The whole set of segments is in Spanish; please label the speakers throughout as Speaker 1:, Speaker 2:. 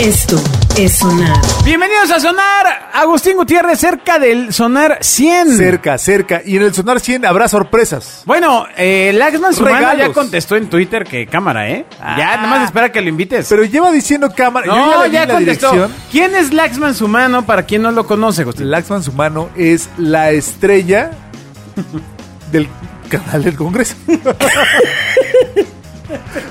Speaker 1: Esto es sonar.
Speaker 2: Bienvenidos a Sonar. Agustín Gutiérrez, cerca del Sonar 100.
Speaker 3: Cerca, cerca. Y en el Sonar 100 habrá sorpresas.
Speaker 2: Bueno, eh, el Axman Sumana
Speaker 3: Regalos.
Speaker 2: ya contestó en Twitter que cámara, ¿eh? Ya,
Speaker 3: Ah.
Speaker 2: nada más espera que lo invites.
Speaker 3: Pero lleva diciendo cámara.
Speaker 2: no,
Speaker 3: Yo ya, le di
Speaker 2: ya,
Speaker 3: la
Speaker 2: contestó.
Speaker 3: dirección.
Speaker 2: ¿Quién es Laxman Sumano para quien no lo conoce, Agustín?
Speaker 3: Laxman Sumano es la estrella del canal del Congreso.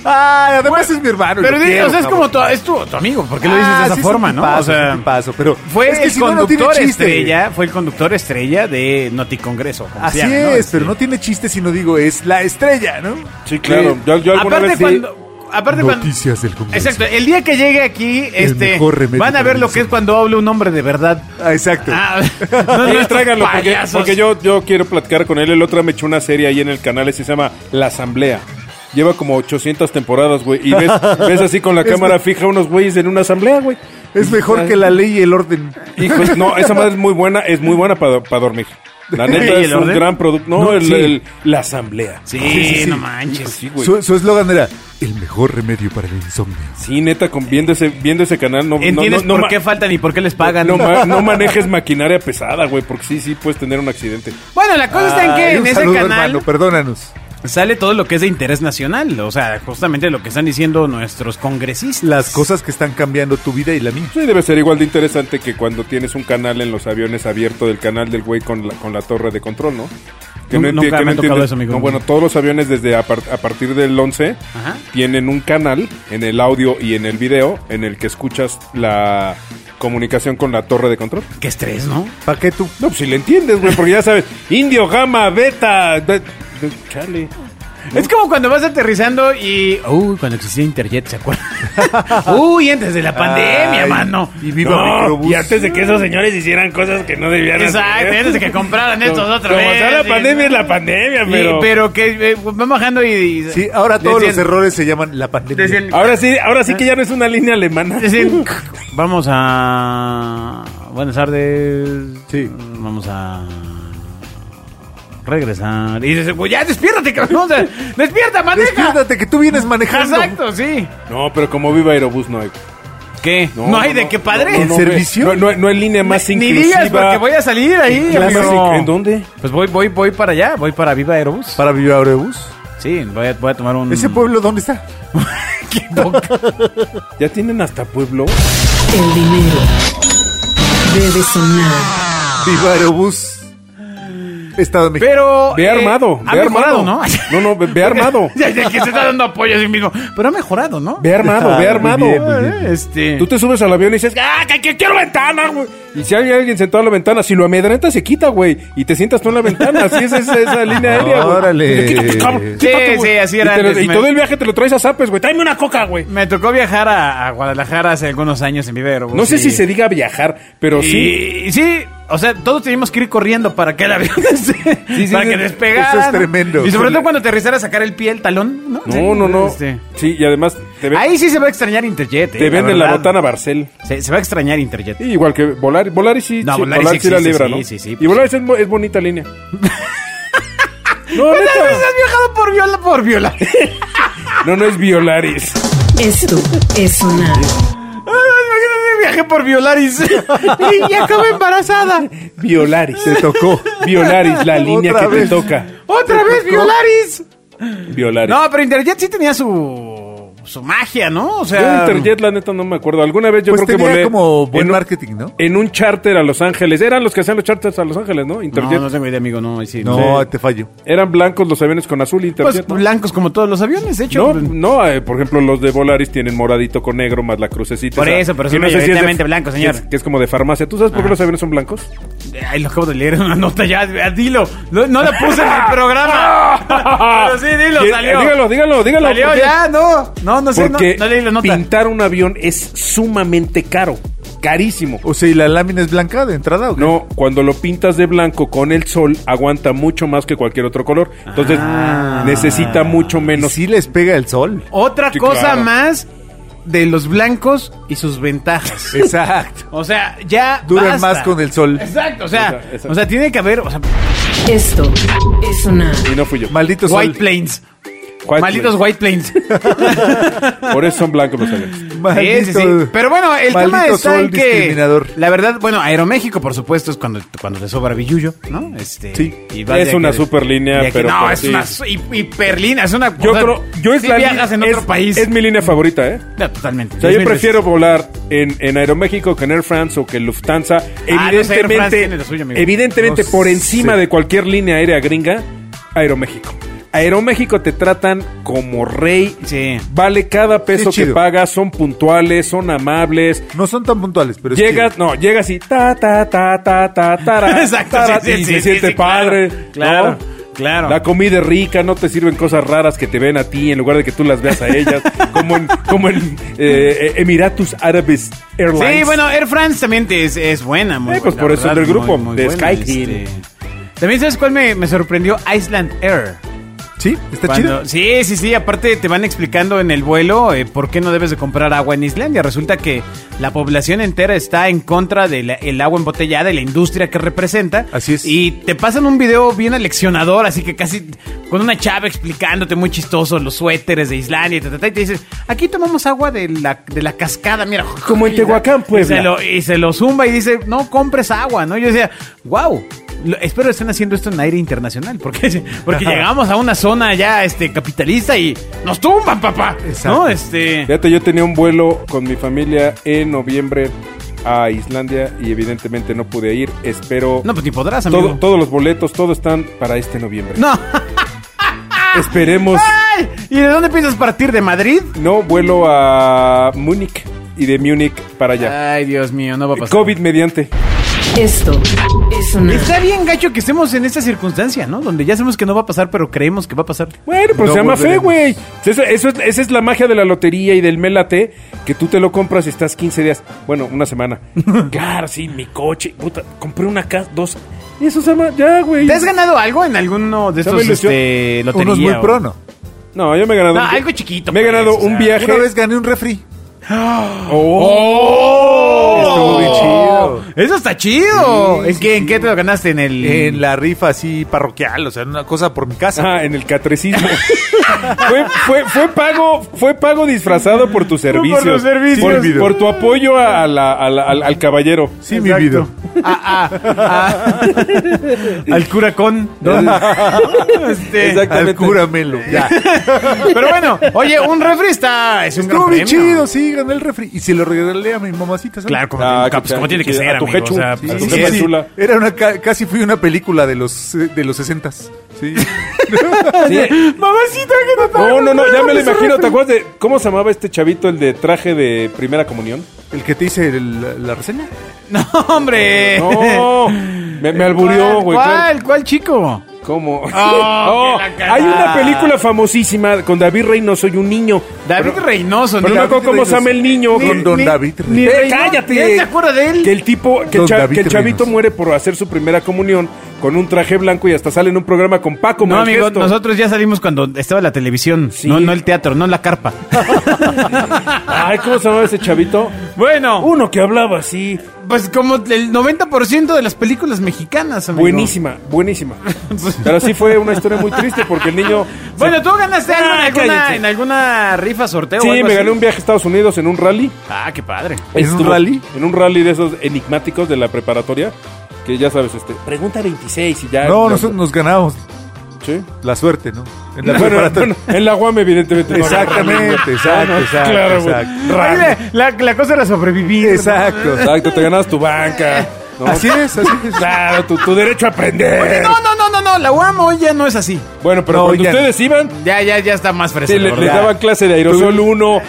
Speaker 3: Ay, además es mi hermano.
Speaker 2: Pero
Speaker 3: lo
Speaker 2: di-
Speaker 3: quiero,
Speaker 2: o sea, es
Speaker 3: cabrón.
Speaker 2: como tu, es tu, tu amigo, ¿por qué lo dices
Speaker 3: Ah,
Speaker 2: de esa
Speaker 3: sí, es un
Speaker 2: forma, no?
Speaker 3: tipazo,
Speaker 2: o sea,
Speaker 3: es un tipazo, pero
Speaker 2: fue
Speaker 3: es que
Speaker 2: el
Speaker 3: si no, no tiene
Speaker 2: conductor
Speaker 3: chiste.
Speaker 2: estrella, fue el conductor estrella de Noticongreso.
Speaker 3: Así
Speaker 2: oficial, ¿no? Este,
Speaker 3: es, pero
Speaker 2: Sí.
Speaker 3: no tiene chiste si no digo es la estrella, ¿no?
Speaker 4: Sí, claro. Yo, yo alguna
Speaker 2: Aparte
Speaker 4: vez sí-
Speaker 2: cuando... Aparte cuando...
Speaker 3: Noticias del Congreso.
Speaker 2: Exacto, el día que llegue aquí, este,
Speaker 3: mejor remedio
Speaker 2: van a ver
Speaker 3: para
Speaker 2: lo
Speaker 3: el
Speaker 2: que es
Speaker 3: insomnio.
Speaker 2: cuando habla un hombre de verdad.
Speaker 3: Ah, exacto.
Speaker 2: Ah, no, no,
Speaker 4: Eh, tráiganlo, porque-
Speaker 2: payasos.
Speaker 4: porque yo, yo quiero platicar con él. El otro me echó una serie ahí en el canal, ese se llama La Asamblea. Lleva como 800 temporadas, güey. Y ves, ves así con la cámara fija unos güeyes en una asamblea, güey.
Speaker 3: Es mejor que la ley y el orden.
Speaker 4: Hijo, no, esa madre es muy buena, es muy buena para dormir. La
Speaker 2: ¿Y
Speaker 4: neta
Speaker 2: el
Speaker 4: es un
Speaker 2: orden?
Speaker 4: gran producto. No,
Speaker 2: No,
Speaker 4: el-
Speaker 2: sí.
Speaker 4: el- la asamblea.
Speaker 2: Sí,
Speaker 3: Sí, sí,
Speaker 2: no
Speaker 3: sí.
Speaker 2: manches.
Speaker 4: Sí, güey.
Speaker 3: Su su eslogan era el mejor remedio para el insomnio.
Speaker 4: Sí, neta, con, viendo, ese, viendo ese canal no, no-
Speaker 2: ¿Entiendes
Speaker 4: no- no
Speaker 2: por
Speaker 4: ma-
Speaker 2: qué faltan y por qué les pagan?
Speaker 4: no ma- no manejes maquinaria pesada, güey, porque sí, sí puedes tener un accidente.
Speaker 2: Bueno, la cosa está en que
Speaker 3: Ay,
Speaker 2: en
Speaker 3: un
Speaker 2: ese
Speaker 3: saludo,
Speaker 2: canal
Speaker 3: hermano, perdónanos.
Speaker 2: sale todo lo que es de interés nacional. O sea, justamente lo que están diciendo nuestros congresistas.
Speaker 3: Las cosas que están cambiando tu vida y la mía.
Speaker 4: Sí, debe ser igual de interesante que cuando tienes un canal en los aviones abierto del canal del güey con la, con la torre de control, ¿no? Que
Speaker 2: Nun- nunca
Speaker 4: enti- que
Speaker 2: me ha tocado
Speaker 4: entiendes-
Speaker 2: eso, amigo.
Speaker 4: No, bueno, todos los aviones desde a, par- a partir del 11
Speaker 2: Ajá.
Speaker 4: tienen un canal en el audio y en el video en el que escuchas la comunicación con la torre de control.
Speaker 2: Qué estrés, ¿no?
Speaker 3: ¿Para qué tú?
Speaker 4: No, pues si le entiendes, güey, porque ya sabes, indio, gamma, beta, be- be- chale.
Speaker 2: Es como cuando vas aterrizando y. Uy, cuando existía Interjet, ¿se acuerdan? Uy, antes de la pandemia,
Speaker 3: Ay,
Speaker 2: mano.
Speaker 3: Y viva
Speaker 4: No,
Speaker 3: microbús.
Speaker 4: y antes de que esos señores hicieran cosas que no debían hacer.
Speaker 2: Exacto, antes de que compraran estos otra
Speaker 4: Como
Speaker 2: vez.
Speaker 4: sea la
Speaker 2: y-
Speaker 4: pandemia, es la pandemia,
Speaker 2: y-
Speaker 4: pero...
Speaker 2: pero... que eh, van bajando y. y-
Speaker 3: Sí, ahora todos
Speaker 2: decían-
Speaker 3: los errores se llaman la pandemia.
Speaker 2: decían-
Speaker 4: Ahora sí, ahora sí que ya no es una línea alemana.
Speaker 2: decían, vamos a. Buenas tardes.
Speaker 3: Sí.
Speaker 2: Vamos a. Regresar. Y dices, pues ya despiértate, cabrón. O sea, despierta, maneja.
Speaker 3: Despiértate que tú vienes manejando.
Speaker 2: Exacto, sí.
Speaker 4: No, pero como viva Aerobús no hay.
Speaker 2: ¿Qué? No, hay de qué padre.
Speaker 3: no, no. servicio?
Speaker 4: No, no- no hay línea más
Speaker 2: Ni
Speaker 4: inclusiva.
Speaker 2: digas porque voy a salir ahí.
Speaker 4: Línea más
Speaker 2: amigo.
Speaker 4: in- ¿En dónde?
Speaker 2: Pues voy, voy, voy para allá, voy para Viva Aerobús.
Speaker 3: Para Viva Aurobús.
Speaker 2: Sí, voy a, voy a tomar un.
Speaker 3: ¿Ese pueblo dónde está?
Speaker 2: Qué poca-
Speaker 4: Ya tienen hasta pueblo.
Speaker 2: Eh,
Speaker 1: El dinero debe sonar.
Speaker 3: Viva Aerobús. Estado de México.
Speaker 2: Pero.
Speaker 4: Ve
Speaker 2: eh,
Speaker 4: armado,
Speaker 2: ha
Speaker 4: ve
Speaker 2: mejorado,
Speaker 4: armado. No, no, ve, ve armado.
Speaker 2: ya, ya que se está dando apoyo a sí mismo. Pero ha mejorado, ¿no?
Speaker 4: Ve armado, ve
Speaker 3: Ah,
Speaker 4: armado.
Speaker 3: muy bien, muy
Speaker 2: Eh, Este.
Speaker 4: Tú te subes al avión y dices, ¡ah, que, que quiero ventana, güey! Y si hay alguien sentado en la ventana, si lo amedrenta, se quita, güey. Y te sientas tú en la ventana. Así es esa, esa línea aérea, güey.
Speaker 3: Órale.
Speaker 4: Dices, Quítate, cabrón.
Speaker 2: Sí,
Speaker 4: quítate, güey".
Speaker 2: sí, así
Speaker 4: Y
Speaker 2: era
Speaker 4: te lo-
Speaker 2: antes,
Speaker 4: y
Speaker 2: me-
Speaker 4: todo el viaje te lo traes a zapes, güey. Tráeme una coca, güey.
Speaker 2: Me tocó viajar a, a Guadalajara hace algunos años en Viva Aerobús.
Speaker 4: No sé
Speaker 2: y-
Speaker 4: si se diga viajar, pero Oh, sí.
Speaker 2: Y, y sí, o sea, todos teníamos que ir corriendo para que el avión se-
Speaker 4: sí,
Speaker 2: para
Speaker 4: sí.
Speaker 2: que despegara.
Speaker 3: Eso es
Speaker 2: ¿no?
Speaker 3: tremendo.
Speaker 2: Y sobre todo cuando aterrizara sacar el pie, el talón, ¿no? Sí,
Speaker 4: No, no, no.
Speaker 2: este.
Speaker 4: Sí, y además te, ven-
Speaker 2: Ahí sí se va a extrañar Interjet. eh,
Speaker 4: te venden la,
Speaker 2: verdad.
Speaker 4: botana Barcel.
Speaker 2: Se, se va a extrañar Interjet.
Speaker 4: Sí, igual que Volar, Volaris sí,
Speaker 2: No,
Speaker 4: sí,
Speaker 2: Volaris
Speaker 4: Volaris sí la
Speaker 2: existe,
Speaker 4: libra,
Speaker 2: sí,
Speaker 4: ¿no?
Speaker 2: sí, sí,
Speaker 4: y
Speaker 2: pues
Speaker 4: Volaris es, mo- es bonita línea. no,
Speaker 2: ¿Cuántas veces
Speaker 4: neta.
Speaker 2: has viajado por viola por viola?
Speaker 4: No, no es Violaris.
Speaker 1: Esto es sonar.
Speaker 2: Imagínate, viajé por Violaris y acabo embarazada.
Speaker 4: Violaris.
Speaker 3: Te tocó.
Speaker 4: Violaris, la línea
Speaker 3: Otra
Speaker 4: que
Speaker 3: vez.
Speaker 4: te toca.
Speaker 2: ¡Otra vez Violaris!
Speaker 4: Violaris.
Speaker 2: No, pero Interjet sí tenía su, su magia, ¿no? O
Speaker 4: Yo
Speaker 2: sea...
Speaker 4: Interjet, la neta, no me acuerdo. Alguna vez yo
Speaker 3: pues
Speaker 4: creo que
Speaker 3: tenía
Speaker 4: volé.
Speaker 3: como buen
Speaker 4: en un-
Speaker 3: marketing, ¿no?
Speaker 4: En un charter a Los Ángeles. Eran los que hacían los charters a Los Ángeles, ¿no?
Speaker 2: No,
Speaker 4: Interjet.
Speaker 2: no tengo idea, amigo, no. ahí Sí,
Speaker 3: No, te fallo.
Speaker 4: Eran blancos los aviones con azul,
Speaker 2: Pues
Speaker 4: Interjet. ¿no?
Speaker 2: blancos como todos los aviones, de hecho.
Speaker 4: No, no, eh, por ejemplo, los de Volaris tienen moradito con negro más la crucecita.
Speaker 2: Por
Speaker 4: esa,
Speaker 2: eso, pero
Speaker 4: que
Speaker 2: son
Speaker 4: sé si es de-
Speaker 2: mayoritariamente blancos, señor.
Speaker 4: Que es, que es como de farmacia. ¿Tú sabes por qué los aviones son blancos?
Speaker 2: Ay, lo acabo de leer en una nota ya. Dilo. No, no la puse en el programa. Pero sí, dilo,
Speaker 4: Y-
Speaker 2: salió.
Speaker 4: eh, Dígalo, dígalo, dígalo.
Speaker 2: Salió
Speaker 4: porque-
Speaker 2: ya, no. No, no sé, no,
Speaker 4: Porque
Speaker 2: no leí la nota.
Speaker 4: pintar un avión es sumamente caro, carísimo.
Speaker 3: O sea, ¿y la lámina es blanca de entrada o qué?
Speaker 4: No, cuando lo pintas de blanco con el sol, aguanta mucho más que cualquier otro color. Entonces,
Speaker 2: Ah.
Speaker 4: necesita mucho
Speaker 3: Y
Speaker 4: menos.
Speaker 3: sí les pega el sol.
Speaker 2: Otra
Speaker 4: Sí,
Speaker 2: cosa
Speaker 4: claro.
Speaker 2: más de los blancos y sus ventajas.
Speaker 3: Exacto.
Speaker 2: O sea, ya.
Speaker 3: Duran
Speaker 2: basta.
Speaker 3: más con el sol.
Speaker 2: Exacto, o sea,
Speaker 4: Exacto, exacto.
Speaker 2: o sea, tiene que haber o sea,
Speaker 1: Esto es sonar.
Speaker 4: Y no fui yo.
Speaker 3: Maldito
Speaker 2: White
Speaker 3: sol.
Speaker 2: Plains.
Speaker 4: White
Speaker 2: Malditos White Plains.
Speaker 4: Plains. Por eso son blancos los aviones.
Speaker 2: Sí, sí, sí. Pero bueno, el tema
Speaker 3: maldito
Speaker 2: está
Speaker 3: sol
Speaker 2: en que
Speaker 3: discriminador.
Speaker 2: la verdad, bueno, Aeroméxico, por supuesto, es cuando, cuando te sobra billullo, ¿no? Este,
Speaker 3: Sí.
Speaker 2: vas
Speaker 4: Es
Speaker 2: de aquí-
Speaker 4: una super línea,
Speaker 2: de aquí-
Speaker 4: pero
Speaker 2: no,
Speaker 4: pues
Speaker 2: es
Speaker 4: sí.
Speaker 2: una su- hi- hiperlínea, es una.
Speaker 4: Yo
Speaker 2: o sea,
Speaker 4: creo, yo es
Speaker 2: sí
Speaker 4: la
Speaker 2: viajas en
Speaker 4: línea-
Speaker 2: otro
Speaker 4: es-
Speaker 2: país.
Speaker 4: Es mi línea favorita, ¿eh?
Speaker 2: No, totalmente.
Speaker 4: O sea, yo
Speaker 2: Mil veces.
Speaker 4: prefiero volar en, en Aeroméxico que en Air France o que Lufthansa.
Speaker 2: Ah, no, es Air
Speaker 4: Evidentemente,
Speaker 2: France tiene lo suyo, amigo.
Speaker 4: evidentemente
Speaker 3: No
Speaker 4: por
Speaker 3: sé.
Speaker 4: encima de cualquier línea aérea gringa, Aeroméxico. Aeroméxico te tratan como rey.
Speaker 2: Sí.
Speaker 4: Vale cada peso que
Speaker 3: chido.
Speaker 4: pagas, son puntuales, son amables.
Speaker 3: No son tan puntuales, pero es
Speaker 4: Llegas, no, llegas y ta ta ta ta ta tara,
Speaker 2: Exacto,
Speaker 4: tara,
Speaker 2: sí, sí,
Speaker 4: y
Speaker 2: sí,
Speaker 4: se
Speaker 2: sí,
Speaker 4: siente
Speaker 2: sí,
Speaker 4: padre.
Speaker 2: Claro,
Speaker 4: ¿no?
Speaker 2: claro.
Speaker 4: La comida es rica, no te sirven cosas raras que te ven a ti en lugar de que tú las veas a ellas, como en, como en eh, Emiratus Árabes Airlines.
Speaker 2: Sí, bueno, Air France también te- es, es buena. Muy
Speaker 4: Eh, pues
Speaker 2: buena,
Speaker 4: por
Speaker 2: la
Speaker 4: eso es del grupo, de
Speaker 2: buena, este,
Speaker 4: Skyteam.
Speaker 2: También sabes cuál me, me sorprendió Iceland Air.
Speaker 3: Sí, está
Speaker 2: Cuando-
Speaker 3: chido.
Speaker 2: Sí, sí, sí. Aparte te van explicando en el vuelo eh, por qué no debes de comprar agua en Islandia. Resulta que la población entera está en contra del agua embotellada y la industria que representa.
Speaker 3: Así es.
Speaker 2: Y te pasan un video bien aleccionador, así que casi con una chava explicándote muy chistoso los suéteres de Islandia y, ta, ta, ta, y te dices, aquí tomamos agua de la, de la cascada, mira.
Speaker 4: Como en Tehuacán,
Speaker 2: pues. Y
Speaker 4: Puebla.
Speaker 2: se, lo, y se lo zumba y dice, no compres agua, ¿no? Yo decía, wow. espero estén haciendo esto en aire internacional, porque, porque llegamos a una zona ya este, capitalista y nos tumban, papá.
Speaker 3: Exacto.
Speaker 2: ¿No? Este,
Speaker 4: Fíjate, yo tenía un vuelo con mi familia en noviembre a Islandia y evidentemente no pude ir. Espero
Speaker 2: no, pues ni podrás, amigo.
Speaker 4: todo- todos los boletos, todo están para este noviembre.
Speaker 2: No. ¡Ah!
Speaker 4: Esperemos.
Speaker 2: Ay, ¿Y de dónde piensas partir? ¿De Madrid?
Speaker 4: No, vuelo a Múnich y de Múnich para allá.
Speaker 2: Ay, Dios mío, Ah, no va a pasar.
Speaker 4: COVID mediante.
Speaker 1: Esto es sonar.
Speaker 2: Está bien, gacho, que estemos en esta circunstancia, ¿no? Donde ya sabemos que no va a pasar, pero creemos que va a pasar.
Speaker 4: Bueno, pero
Speaker 3: No
Speaker 4: se llama fe,
Speaker 3: volveremos.
Speaker 4: güey. Eso, eso es- esa es la magia de la lotería y del melate, que tú te lo compras y estás 15 días. Bueno, una semana. claro, sí, mi coche. Puta, compré una casa, dos. Y eso se llama, ya, güey.
Speaker 2: ¿Te has ganado algo en alguno de
Speaker 4: Ya
Speaker 2: estos
Speaker 4: me ilusió-
Speaker 2: este, lotería?
Speaker 3: Uno es muy
Speaker 2: o-
Speaker 3: prono.
Speaker 4: No, yo me he ganado.
Speaker 2: No,
Speaker 4: un-
Speaker 2: algo chiquito,
Speaker 4: Me he
Speaker 2: pues,
Speaker 4: ganado
Speaker 2: o sea.
Speaker 4: un viaje.
Speaker 3: Una vez gané un refri.
Speaker 4: ¡Oh!
Speaker 3: Estuvo bien chido.
Speaker 2: Eso está chido. ¿En, qué, en qué te lo ganaste? En el.
Speaker 3: En la rifa así parroquial, o sea, una cosa por mi casa.
Speaker 4: Ah, en el catrecismo. fue, fue, fue pago, fue pago disfrazado por tus servicios.
Speaker 2: los servicios.
Speaker 4: Por,
Speaker 3: Sí, mi vida.
Speaker 4: por tu apoyo a la- a la- al, al caballero.
Speaker 3: sí,
Speaker 2: Exacto.
Speaker 3: mi vida.
Speaker 2: Ah, ah, ah. al curacón. Este,
Speaker 3: Al
Speaker 4: Exactamente.
Speaker 3: cúramelo. Ya.
Speaker 2: Pero bueno, oye, un refri está. Es un
Speaker 3: Estuvo
Speaker 2: gran
Speaker 3: bien
Speaker 2: premio.
Speaker 3: chido, sí, gané el refri. Y se lo regalé a mi mamacita, ¿sabes?
Speaker 2: Claro, como,
Speaker 4: Ah,
Speaker 2: tiene-
Speaker 4: qué
Speaker 2: pues, como
Speaker 4: chido,
Speaker 2: tiene que
Speaker 4: chido.
Speaker 2: ser,
Speaker 4: A tu
Speaker 2: amigo.
Speaker 4: jechu.
Speaker 2: o sea,
Speaker 4: Sí,
Speaker 2: pues,
Speaker 3: Sí,
Speaker 4: Azul
Speaker 3: sí,
Speaker 4: Chula.
Speaker 3: Era una ca- casi fui una película de los eh, de los 60 Sí.
Speaker 2: Mamacita,
Speaker 4: Sí.
Speaker 2: que no
Speaker 4: No, no, no, ya me lo imagino. ¿Te acuerdas de cómo se llamaba este chavito, el de traje de primera comunión?
Speaker 3: ¿El que te hice el- la, la reseña?
Speaker 2: No, hombre.
Speaker 4: No, me, me alburió,
Speaker 2: ¿Cuál,
Speaker 4: güey. claro.
Speaker 2: ¿Cuál? ¿Cuál chico?
Speaker 4: ¿Cómo?
Speaker 2: Oh, qué la
Speaker 4: hay
Speaker 2: cagada.
Speaker 4: una película famosísima con David Rey, no soy un niño.
Speaker 2: David
Speaker 4: Pero-
Speaker 2: Reynoso.
Speaker 4: Pero no
Speaker 2: ni-
Speaker 4: me acuerdo cómo se llama el niño.
Speaker 3: Ni-
Speaker 4: con-
Speaker 3: Don David
Speaker 4: ni-
Speaker 2: ni
Speaker 4: Eh,
Speaker 2: Reynoso.
Speaker 4: cállate.
Speaker 2: ¿Quién se acuerda de él?
Speaker 4: Que el tipo, que,
Speaker 3: Don
Speaker 4: el cha-
Speaker 3: David
Speaker 4: que el chavito
Speaker 3: Reynoso.
Speaker 4: muere por hacer su primera comunión con un traje blanco y hasta sale en un programa con Paco.
Speaker 2: No, amigo,
Speaker 4: Malgesto.
Speaker 2: nosotros ya salimos cuando estaba la televisión.
Speaker 4: Sí.
Speaker 2: No, no el teatro, no la carpa.
Speaker 4: Ay, ¿cómo se llamaba ese chavito?
Speaker 2: bueno,
Speaker 4: Uno que hablaba así.
Speaker 2: pues como el 90% de las películas mexicanas, amigo.
Speaker 4: Buenísima, buenísima. Pero sí fue una historia muy triste porque el niño.
Speaker 2: Bueno, ¿tú ganaste algo en
Speaker 4: Ah,
Speaker 2: alguna,
Speaker 4: cállate.
Speaker 2: en alguna rifa, sorteo?
Speaker 4: Sí,
Speaker 2: o algo
Speaker 4: me
Speaker 2: así?
Speaker 4: gané un viaje a Estados Unidos en un rally.
Speaker 2: Ah, qué padre.
Speaker 3: ¿En un rally?
Speaker 4: En un rally de esos enigmáticos de la preparatoria. Que ya sabes, este. Pregunta 26 y ya.
Speaker 3: No,
Speaker 4: ya-
Speaker 3: nosotros nos ganábamos
Speaker 4: Sí.
Speaker 3: la suerte, ¿no? En la
Speaker 4: Bueno,
Speaker 3: preparatoria.
Speaker 4: no, no, en la UAM, evidentemente. no.
Speaker 3: Exactamente, exacto, exacto.
Speaker 4: claro, güey.
Speaker 3: exacto.
Speaker 2: Oye, la, la cosa era sobrevivir.
Speaker 3: Exacto.
Speaker 4: Exacto, te ganas tu banca. ¿no?
Speaker 3: Así es, así es.
Speaker 4: Claro, tu, tu derecho a aprender.
Speaker 2: No, no, no, no, no, la UAM hoy ya no es así.
Speaker 4: Bueno, pero
Speaker 3: No,
Speaker 4: cuando
Speaker 3: ya no.
Speaker 4: ustedes iban,
Speaker 2: Ya, ya, ya está más fresco.
Speaker 4: sí, le-
Speaker 2: la
Speaker 4: les
Speaker 2: verdad.
Speaker 4: daban clase de aerosol
Speaker 3: Tú-
Speaker 4: 1,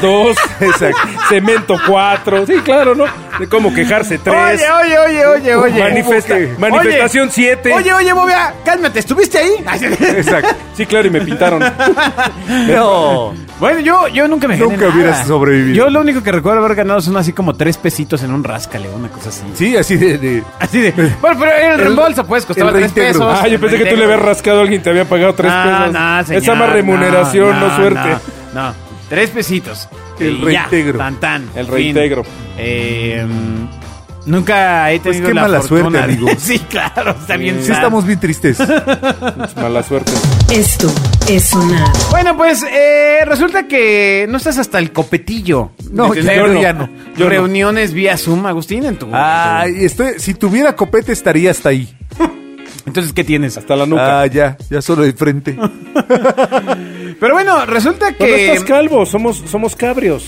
Speaker 4: 2,
Speaker 3: Exacto.
Speaker 4: cemento 4. Sí, claro, ¿no? De cómo quejarse 3.
Speaker 2: Oye, oye, oye, oye, oye.
Speaker 4: Manifesta-
Speaker 2: Oye,
Speaker 4: manifestación siete.
Speaker 2: Oye, oye, Bobia, cálmate, ¿estuviste ahí? Ay,
Speaker 3: Exacto.
Speaker 4: Sí, claro, y me pintaron.
Speaker 2: Pues,
Speaker 3: No.
Speaker 2: Bueno, yo, yo nunca me gané
Speaker 3: Nunca
Speaker 2: nada.
Speaker 3: hubieras sobrevivido.
Speaker 2: Yo lo único que recuerdo haber ganado son así como tres pesitos en un rascale, una cosa así.
Speaker 3: Sí, así de. de-
Speaker 2: Así de. Bueno, pero era el
Speaker 3: El-
Speaker 2: reembolso, pues, costaba
Speaker 3: el
Speaker 2: tres
Speaker 3: reintegro.
Speaker 2: pesos.
Speaker 4: Ah, yo pensé que tú le habías rascado a alguien y te había pagado 3 pesos. Esa más remuneración, no, suerte.
Speaker 2: No, no. tres pesitos.
Speaker 3: El
Speaker 2: Y ya,
Speaker 3: reintegro.
Speaker 2: tan, tan.
Speaker 4: El
Speaker 2: Fin.
Speaker 4: reintegro.
Speaker 2: Eh, Nunca he
Speaker 3: Pues
Speaker 2: tenido
Speaker 3: qué
Speaker 2: la
Speaker 3: mala
Speaker 2: fortuna
Speaker 3: suerte,
Speaker 2: de-
Speaker 3: amigo.
Speaker 2: sí, claro, está bien.
Speaker 3: Sí
Speaker 2: sad.
Speaker 3: estamos bien tristes.
Speaker 4: Es Pues, Mala suerte.
Speaker 1: Esto es sonar.
Speaker 2: Bueno, pues eh, resulta que no estás hasta el copetillo.
Speaker 3: No,
Speaker 2: de
Speaker 3: yo
Speaker 2: tener
Speaker 3: no, ya no.
Speaker 4: Yo no.
Speaker 2: reuniones vía Zoom, Agustín, en tu...
Speaker 3: Ay, estoy, si tuviera copete estaría hasta ahí.
Speaker 2: Entonces, ¿qué tienes?
Speaker 4: Hasta la nuca.
Speaker 3: Ah, ya, ya solo de frente.
Speaker 2: Pero bueno, resulta
Speaker 4: Pero Pues no
Speaker 2: que...
Speaker 4: estás calvo, somos, somos cabrios.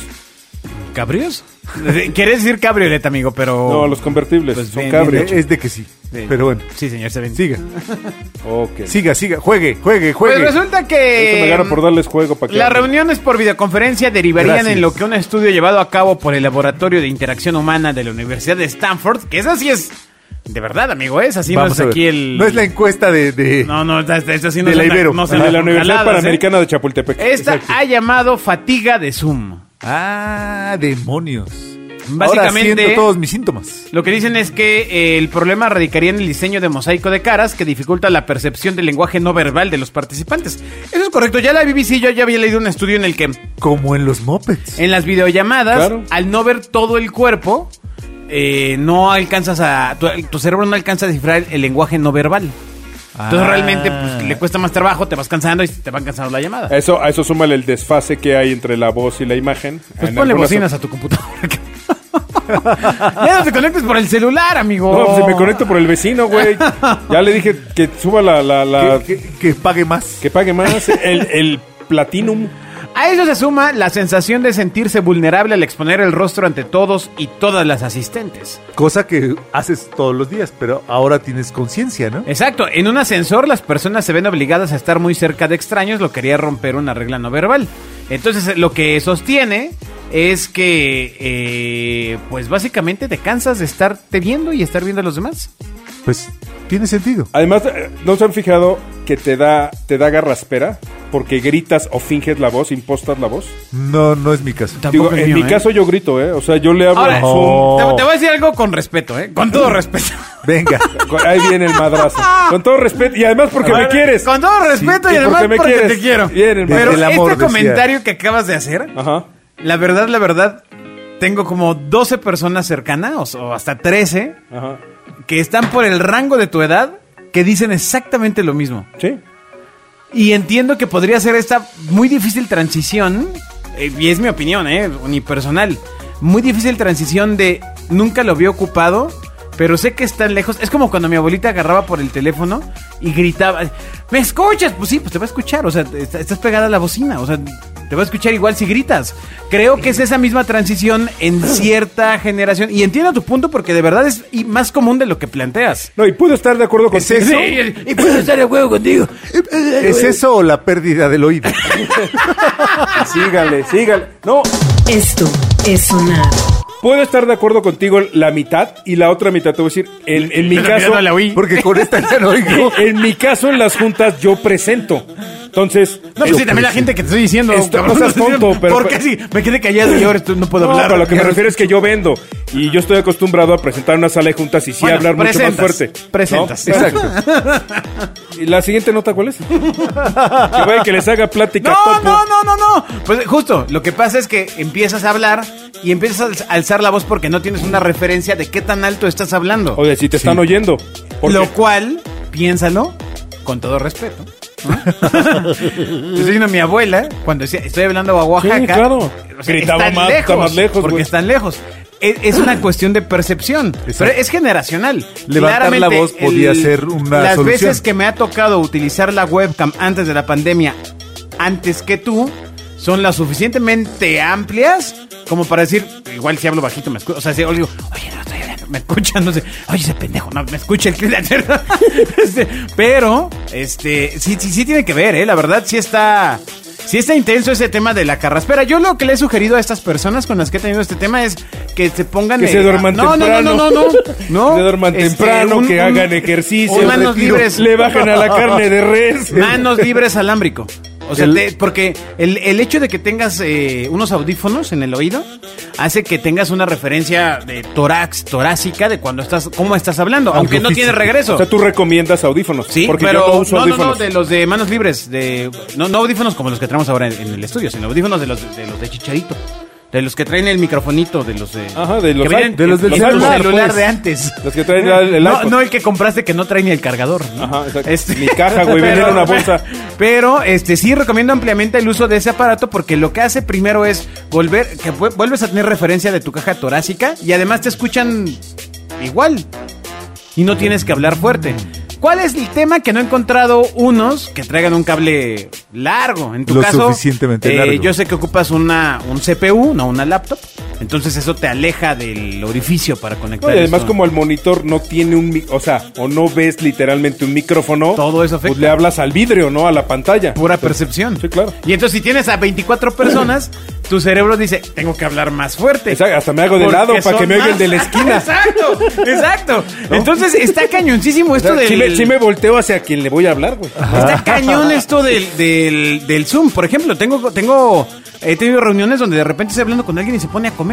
Speaker 2: ¿Cabrios? Quieres decir cabriolet, amigo, pero...
Speaker 4: No, los convertibles
Speaker 2: Pues
Speaker 4: son
Speaker 2: bien,
Speaker 4: cabrios.
Speaker 3: es de que sí.
Speaker 2: Sí.
Speaker 3: Pero bueno,
Speaker 2: Sí, señor, se ven.
Speaker 3: siga,
Speaker 4: Ok.
Speaker 3: siga, siga, juegue, juegue,
Speaker 2: Pues
Speaker 3: juegue.
Speaker 2: resulta
Speaker 4: Eso me
Speaker 2: que...
Speaker 4: gana por darles juego para que.
Speaker 2: Las
Speaker 4: hablen.
Speaker 2: reuniones por videoconferencia derivarían
Speaker 3: Gracias.
Speaker 2: en lo que un estudio llevado a cabo por el Laboratorio de Interacción Humana de la Universidad de Stanford, que esa sí es de verdad, amigo, es así,
Speaker 3: Vamos
Speaker 2: no
Speaker 3: a
Speaker 2: es
Speaker 3: ver.
Speaker 2: aquí el...
Speaker 3: No es la encuesta de... de-
Speaker 2: No, no, esta, esta- esta sí no
Speaker 3: De
Speaker 2: es
Speaker 3: la
Speaker 2: una-
Speaker 3: Ibero.
Speaker 2: no se
Speaker 4: de
Speaker 2: la-
Speaker 4: la Universidad
Speaker 2: jaladas,
Speaker 4: Panamericana
Speaker 2: ¿eh?
Speaker 4: de Chapultepec.
Speaker 2: Esta
Speaker 4: Exacto.
Speaker 2: ha llamado fatiga de Zoom.
Speaker 3: Ah, demonios.
Speaker 2: Básicamente-
Speaker 3: Ahora siento todos mis síntomas.
Speaker 2: Lo que dicen es que eh, el problema radicaría en el diseño de mosaico de caras que dificulta la percepción del lenguaje no verbal de los participantes. Eso es correcto. Ya la BBC yo ya había leído un estudio en el que
Speaker 3: Como en los mopeds.
Speaker 2: en las videollamadas,
Speaker 4: Claro.
Speaker 2: al no ver todo el cuerpo, eh, no alcanzas a tu, tu cerebro no alcanza a descifrar el, el lenguaje no verbal. Entonces
Speaker 3: Ah.
Speaker 2: realmente pues, le cuesta más trabajo, te vas cansando y te va cansando la llamada.
Speaker 4: A eso, a eso súmale el desfase que hay entre la voz y la imagen.
Speaker 2: Pues
Speaker 4: En
Speaker 2: ponle
Speaker 4: algunas-
Speaker 2: bocinas a tu computadora. ya no te conectes por el celular, amigo.
Speaker 4: No, pues si me conecto por el vecino, güey. Ya le dije que suba la. la, la-
Speaker 3: Que, que- que pague más.
Speaker 4: ah, que pague más. El, el Platinum.
Speaker 2: A ello se suma la sensación de sentirse vulnerable al exponer el rostro ante todos y todas las asistentes.
Speaker 3: Cosa que haces todos los días, pero ahora tienes conciencia, ¿no?
Speaker 2: Exacto, en un ascensor las personas se ven obligadas a estar muy cerca de extraños, lo quería romper una regla no verbal. Entonces eh, lo que sostiene es que, eh, pues básicamente te cansas de estarte viendo y estar viendo a los demás.
Speaker 3: Pues tiene sentido.
Speaker 4: Además, eh, ¿no se han fijado que te da, te da garraspera? Porque gritas o finges la voz, impostas la voz.
Speaker 3: No, no es mi caso.
Speaker 2: Tampoco
Speaker 4: Digo,
Speaker 2: es
Speaker 4: en
Speaker 2: mío,
Speaker 4: mi
Speaker 2: ¿eh?
Speaker 4: caso yo grito, ¿eh? O sea, yo le hablo
Speaker 2: Ahora, oh.
Speaker 4: en Zoom.
Speaker 2: te, te voy a decir algo con respeto, ¿eh? Con todo respeto.
Speaker 3: Venga.
Speaker 4: Con- Ahí viene el madrazo. Con todo respeto. Y además porque me quieres.
Speaker 2: Con todo respeto y
Speaker 4: Sí, y
Speaker 2: además
Speaker 4: porque me
Speaker 2: porque
Speaker 4: quieres.
Speaker 2: te quiero.
Speaker 4: Bien, hermano.
Speaker 2: Pero
Speaker 3: Desde el
Speaker 2: este
Speaker 3: amor, decía.
Speaker 2: comentario que acabas de hacer,
Speaker 4: Ajá.
Speaker 2: la verdad, la verdad, tengo como 12 personas cercanas, o hasta 13,
Speaker 4: Ajá.
Speaker 2: que están por el rango de tu edad, que dicen exactamente lo mismo.
Speaker 4: Sí.
Speaker 2: Y entiendo que podría ser esta muy difícil transición, eh, y es mi opinión, eh, unipersonal, muy difícil transición de nunca lo vi ocupado, pero sé que están lejos. Es como cuando mi abuelita agarraba por el teléfono y gritaba, ¿me escuchas? Pues sí, pues te va a escuchar, o sea, te- está- estás pegada a la bocina, o sea, te va a escuchar igual si gritas. Creo que es esa misma transición en cierta generación, y entiendo tu punto porque de verdad es y más común de lo que planteas.
Speaker 4: No, y puedo estar de acuerdo con
Speaker 3: ¿Es eso? Eh,
Speaker 2: y puedo estar de huevo contigo.
Speaker 3: ¿Es eso o la pérdida del oído?
Speaker 4: Sígale, sígale. No,
Speaker 1: Esto es sonar.
Speaker 4: puedo estar de acuerdo contigo la mitad y la otra mitad te voy a decir, en, en mi caso,
Speaker 3: Porque con esta ya no oigo.
Speaker 4: en mi caso en las juntas yo presento. Entonces, eh,
Speaker 2: No, pues
Speaker 4: yo
Speaker 2: sí, también la
Speaker 4: presento.
Speaker 2: gente que te estoy diciendo.
Speaker 4: Esto-
Speaker 2: cabrón,
Speaker 4: no seas tonto, pero-
Speaker 2: ¿Por qué sí? Me quedé callado y ahora esto pues no puedo
Speaker 4: No,
Speaker 2: hablar.
Speaker 4: pero lo que me refiero es que yo vendo y yo estoy acostumbrado a presentar una sala de juntas y sí
Speaker 2: Bueno,
Speaker 4: hablar mucho más
Speaker 2: presentas,
Speaker 4: fuerte.
Speaker 2: presentas.
Speaker 4: ¿No? ¿Y la siguiente nota cuál es? que vaya que les haga plática
Speaker 2: No,
Speaker 4: topo.
Speaker 2: no, no, no, no. Pues justo, lo que pasa es que empiezas a hablar y empiezas a alzar la voz porque no tienes una referencia de qué tan alto estás hablando.
Speaker 4: O de si te están oyendo. Porque
Speaker 2: Lo cual, piénsalo con todo respeto. ¿no? Yo estoy diciendo a mi abuela, cuando decía, estoy hablando a Oaxaca.
Speaker 4: Sí, claro. Gritaba
Speaker 2: están
Speaker 4: más, está más lejos,
Speaker 2: Porque
Speaker 4: güey.
Speaker 2: están lejos. Es, es una cuestión de percepción. Pero es generacional.
Speaker 3: Levantar la
Speaker 2: Claramente,
Speaker 3: voz podía ser una
Speaker 2: Las
Speaker 3: solución.
Speaker 2: veces que me ha tocado utilizar la webcam antes de la pandemia, antes que tú, son las suficientemente amplias como para decir, igual si hablo bajito me escuchan. O sea, si digo, oye, no estoy hablando, me escuchan, no sé, oye, ese pendejo, no, me escucha el cliente. Este, pero, este, sí, sí, sí tiene que ver, ¿eh? La verdad, sí está. Sí está intenso ese tema de la carraspera. Yo lo que le he sugerido a estas personas con las que he tenido este tema es que se pongan...
Speaker 4: Que se
Speaker 2: eh,
Speaker 4: duerman
Speaker 2: no,
Speaker 4: temprano.
Speaker 2: No, no, no, no, no. este,
Speaker 4: Que se duerman temprano, que hagan ejercicio,
Speaker 2: o Manos
Speaker 3: retiro.
Speaker 2: libres.
Speaker 4: le bajan a la carne de res.
Speaker 2: Manos libres alámbrico. O sea,
Speaker 3: El-
Speaker 2: te- porque el, el hecho de que tengas eh, unos audífonos en el oído hace que tengas una referencia de tórax, torácica, de cuando estás, cómo estás hablando, aunque no
Speaker 3: físico.
Speaker 2: tienes regreso.
Speaker 4: O sea, tú recomiendas audífonos.
Speaker 2: Sí,
Speaker 4: porque
Speaker 2: pero
Speaker 4: yo no uso
Speaker 2: no, no,
Speaker 4: audífonos.
Speaker 2: no, de los de manos libres, de no, no audífonos como los que tenemos ahora en, en el estudio, sino audífonos de los de, los de chicharito. De los que traen el microfonito, de los de...
Speaker 4: Ajá, de los
Speaker 2: que
Speaker 4: i-
Speaker 2: vienen-
Speaker 4: de los del
Speaker 2: que vienen con
Speaker 4: celular,
Speaker 3: pues.
Speaker 2: de antes.
Speaker 4: Los que traen el, el
Speaker 2: no,
Speaker 4: iPod.
Speaker 2: no el que compraste que no trae ni el cargador. ¿no? Este,
Speaker 4: Ajá, exacto. Ni caja, güey, venía en una bolsa.
Speaker 2: Pero este sí recomiendo ampliamente el uso de ese aparato porque lo que hace primero es volver, que vu- vuelves a tener referencia de tu caja torácica y además te escuchan igual y no tienes que hablar fuerte. ¿Cuál es el tema que no he encontrado unos que traigan un cable largo? En tu
Speaker 3: Lo
Speaker 2: caso,
Speaker 3: suficientemente
Speaker 2: eh,
Speaker 3: largo.
Speaker 2: yo sé que ocupas una, un CPU, no una laptop. Entonces eso te aleja del orificio para conectar.
Speaker 4: No, y además
Speaker 2: esto.
Speaker 4: como el monitor no tiene un, mi- o sea, o no ves literalmente un micrófono,
Speaker 2: Todo eso afecta.
Speaker 4: pues le hablas al vidrio, ¿no? A la pantalla.
Speaker 2: Pura percepción.
Speaker 4: Sí, claro.
Speaker 2: Y entonces si tienes a 24 personas, tu cerebro dice, tengo que hablar más fuerte.
Speaker 4: Exacto, hasta me hago de
Speaker 2: Porque
Speaker 4: lado para
Speaker 2: son
Speaker 4: que me oigan
Speaker 2: más.
Speaker 4: de la esquina.
Speaker 2: exacto, exacto. Entonces está cañoncísimo esto del...
Speaker 4: Sí me, sí me volteo hacia quien le voy a hablar, güey. Este-
Speaker 2: Está cañón esto del, del, del Zoom. Por ejemplo, tengo, tengo, he tenido reuniones donde de repente estoy hablando con alguien y se pone a comer.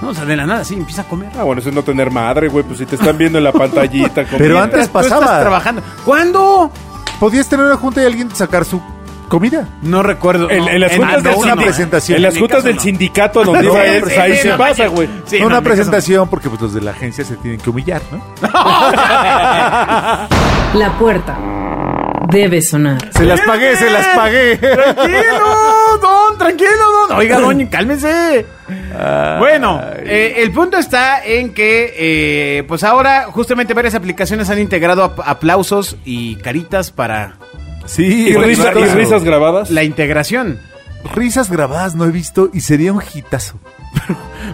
Speaker 2: No, o sea, de la nada, sí, empieza a comer.
Speaker 4: Ah, bueno, eso es no tener madre, güey. Pues si te están viendo en la pantallita. comiendo.
Speaker 3: antes-
Speaker 2: Tú estás
Speaker 3: pasaba.
Speaker 2: trabajando. ¿Cuándo?
Speaker 3: Podías tener una junta y alguien sacar su comida.
Speaker 2: No recuerdo.
Speaker 4: En-
Speaker 2: no.
Speaker 4: en las juntas del
Speaker 2: no,
Speaker 4: cine.
Speaker 2: no,
Speaker 3: presentación.
Speaker 4: En las
Speaker 2: mi
Speaker 4: juntas
Speaker 2: caso
Speaker 4: del
Speaker 2: no.
Speaker 4: sindicato donde
Speaker 3: No,
Speaker 4: iba
Speaker 3: sí,
Speaker 4: él, pues
Speaker 3: sí,
Speaker 4: ahí
Speaker 3: sí,
Speaker 4: se
Speaker 3: no
Speaker 4: pasa, güey.
Speaker 2: Sí,
Speaker 3: No
Speaker 2: no, en
Speaker 3: una
Speaker 2: mi caso no.
Speaker 3: presentación porque pues, los de la agencia se tienen que humillar, ¿no?
Speaker 1: La puerta debe sonar.
Speaker 3: Se las pagué, se las pagué.
Speaker 2: Tranquilo, don, tranquilo, don. Oiga, don, cálmese.
Speaker 4: Ah,
Speaker 2: Bueno, eh, el punto está en que, eh, pues ahora justamente varias aplicaciones han integrado ap- aplausos y caritas para
Speaker 3: Sí,
Speaker 4: Y,
Speaker 3: bueno,
Speaker 4: risa-
Speaker 3: claro.
Speaker 4: y risas grabadas.
Speaker 2: la integración.
Speaker 3: Risas grabadas no he visto y sería un hitazo.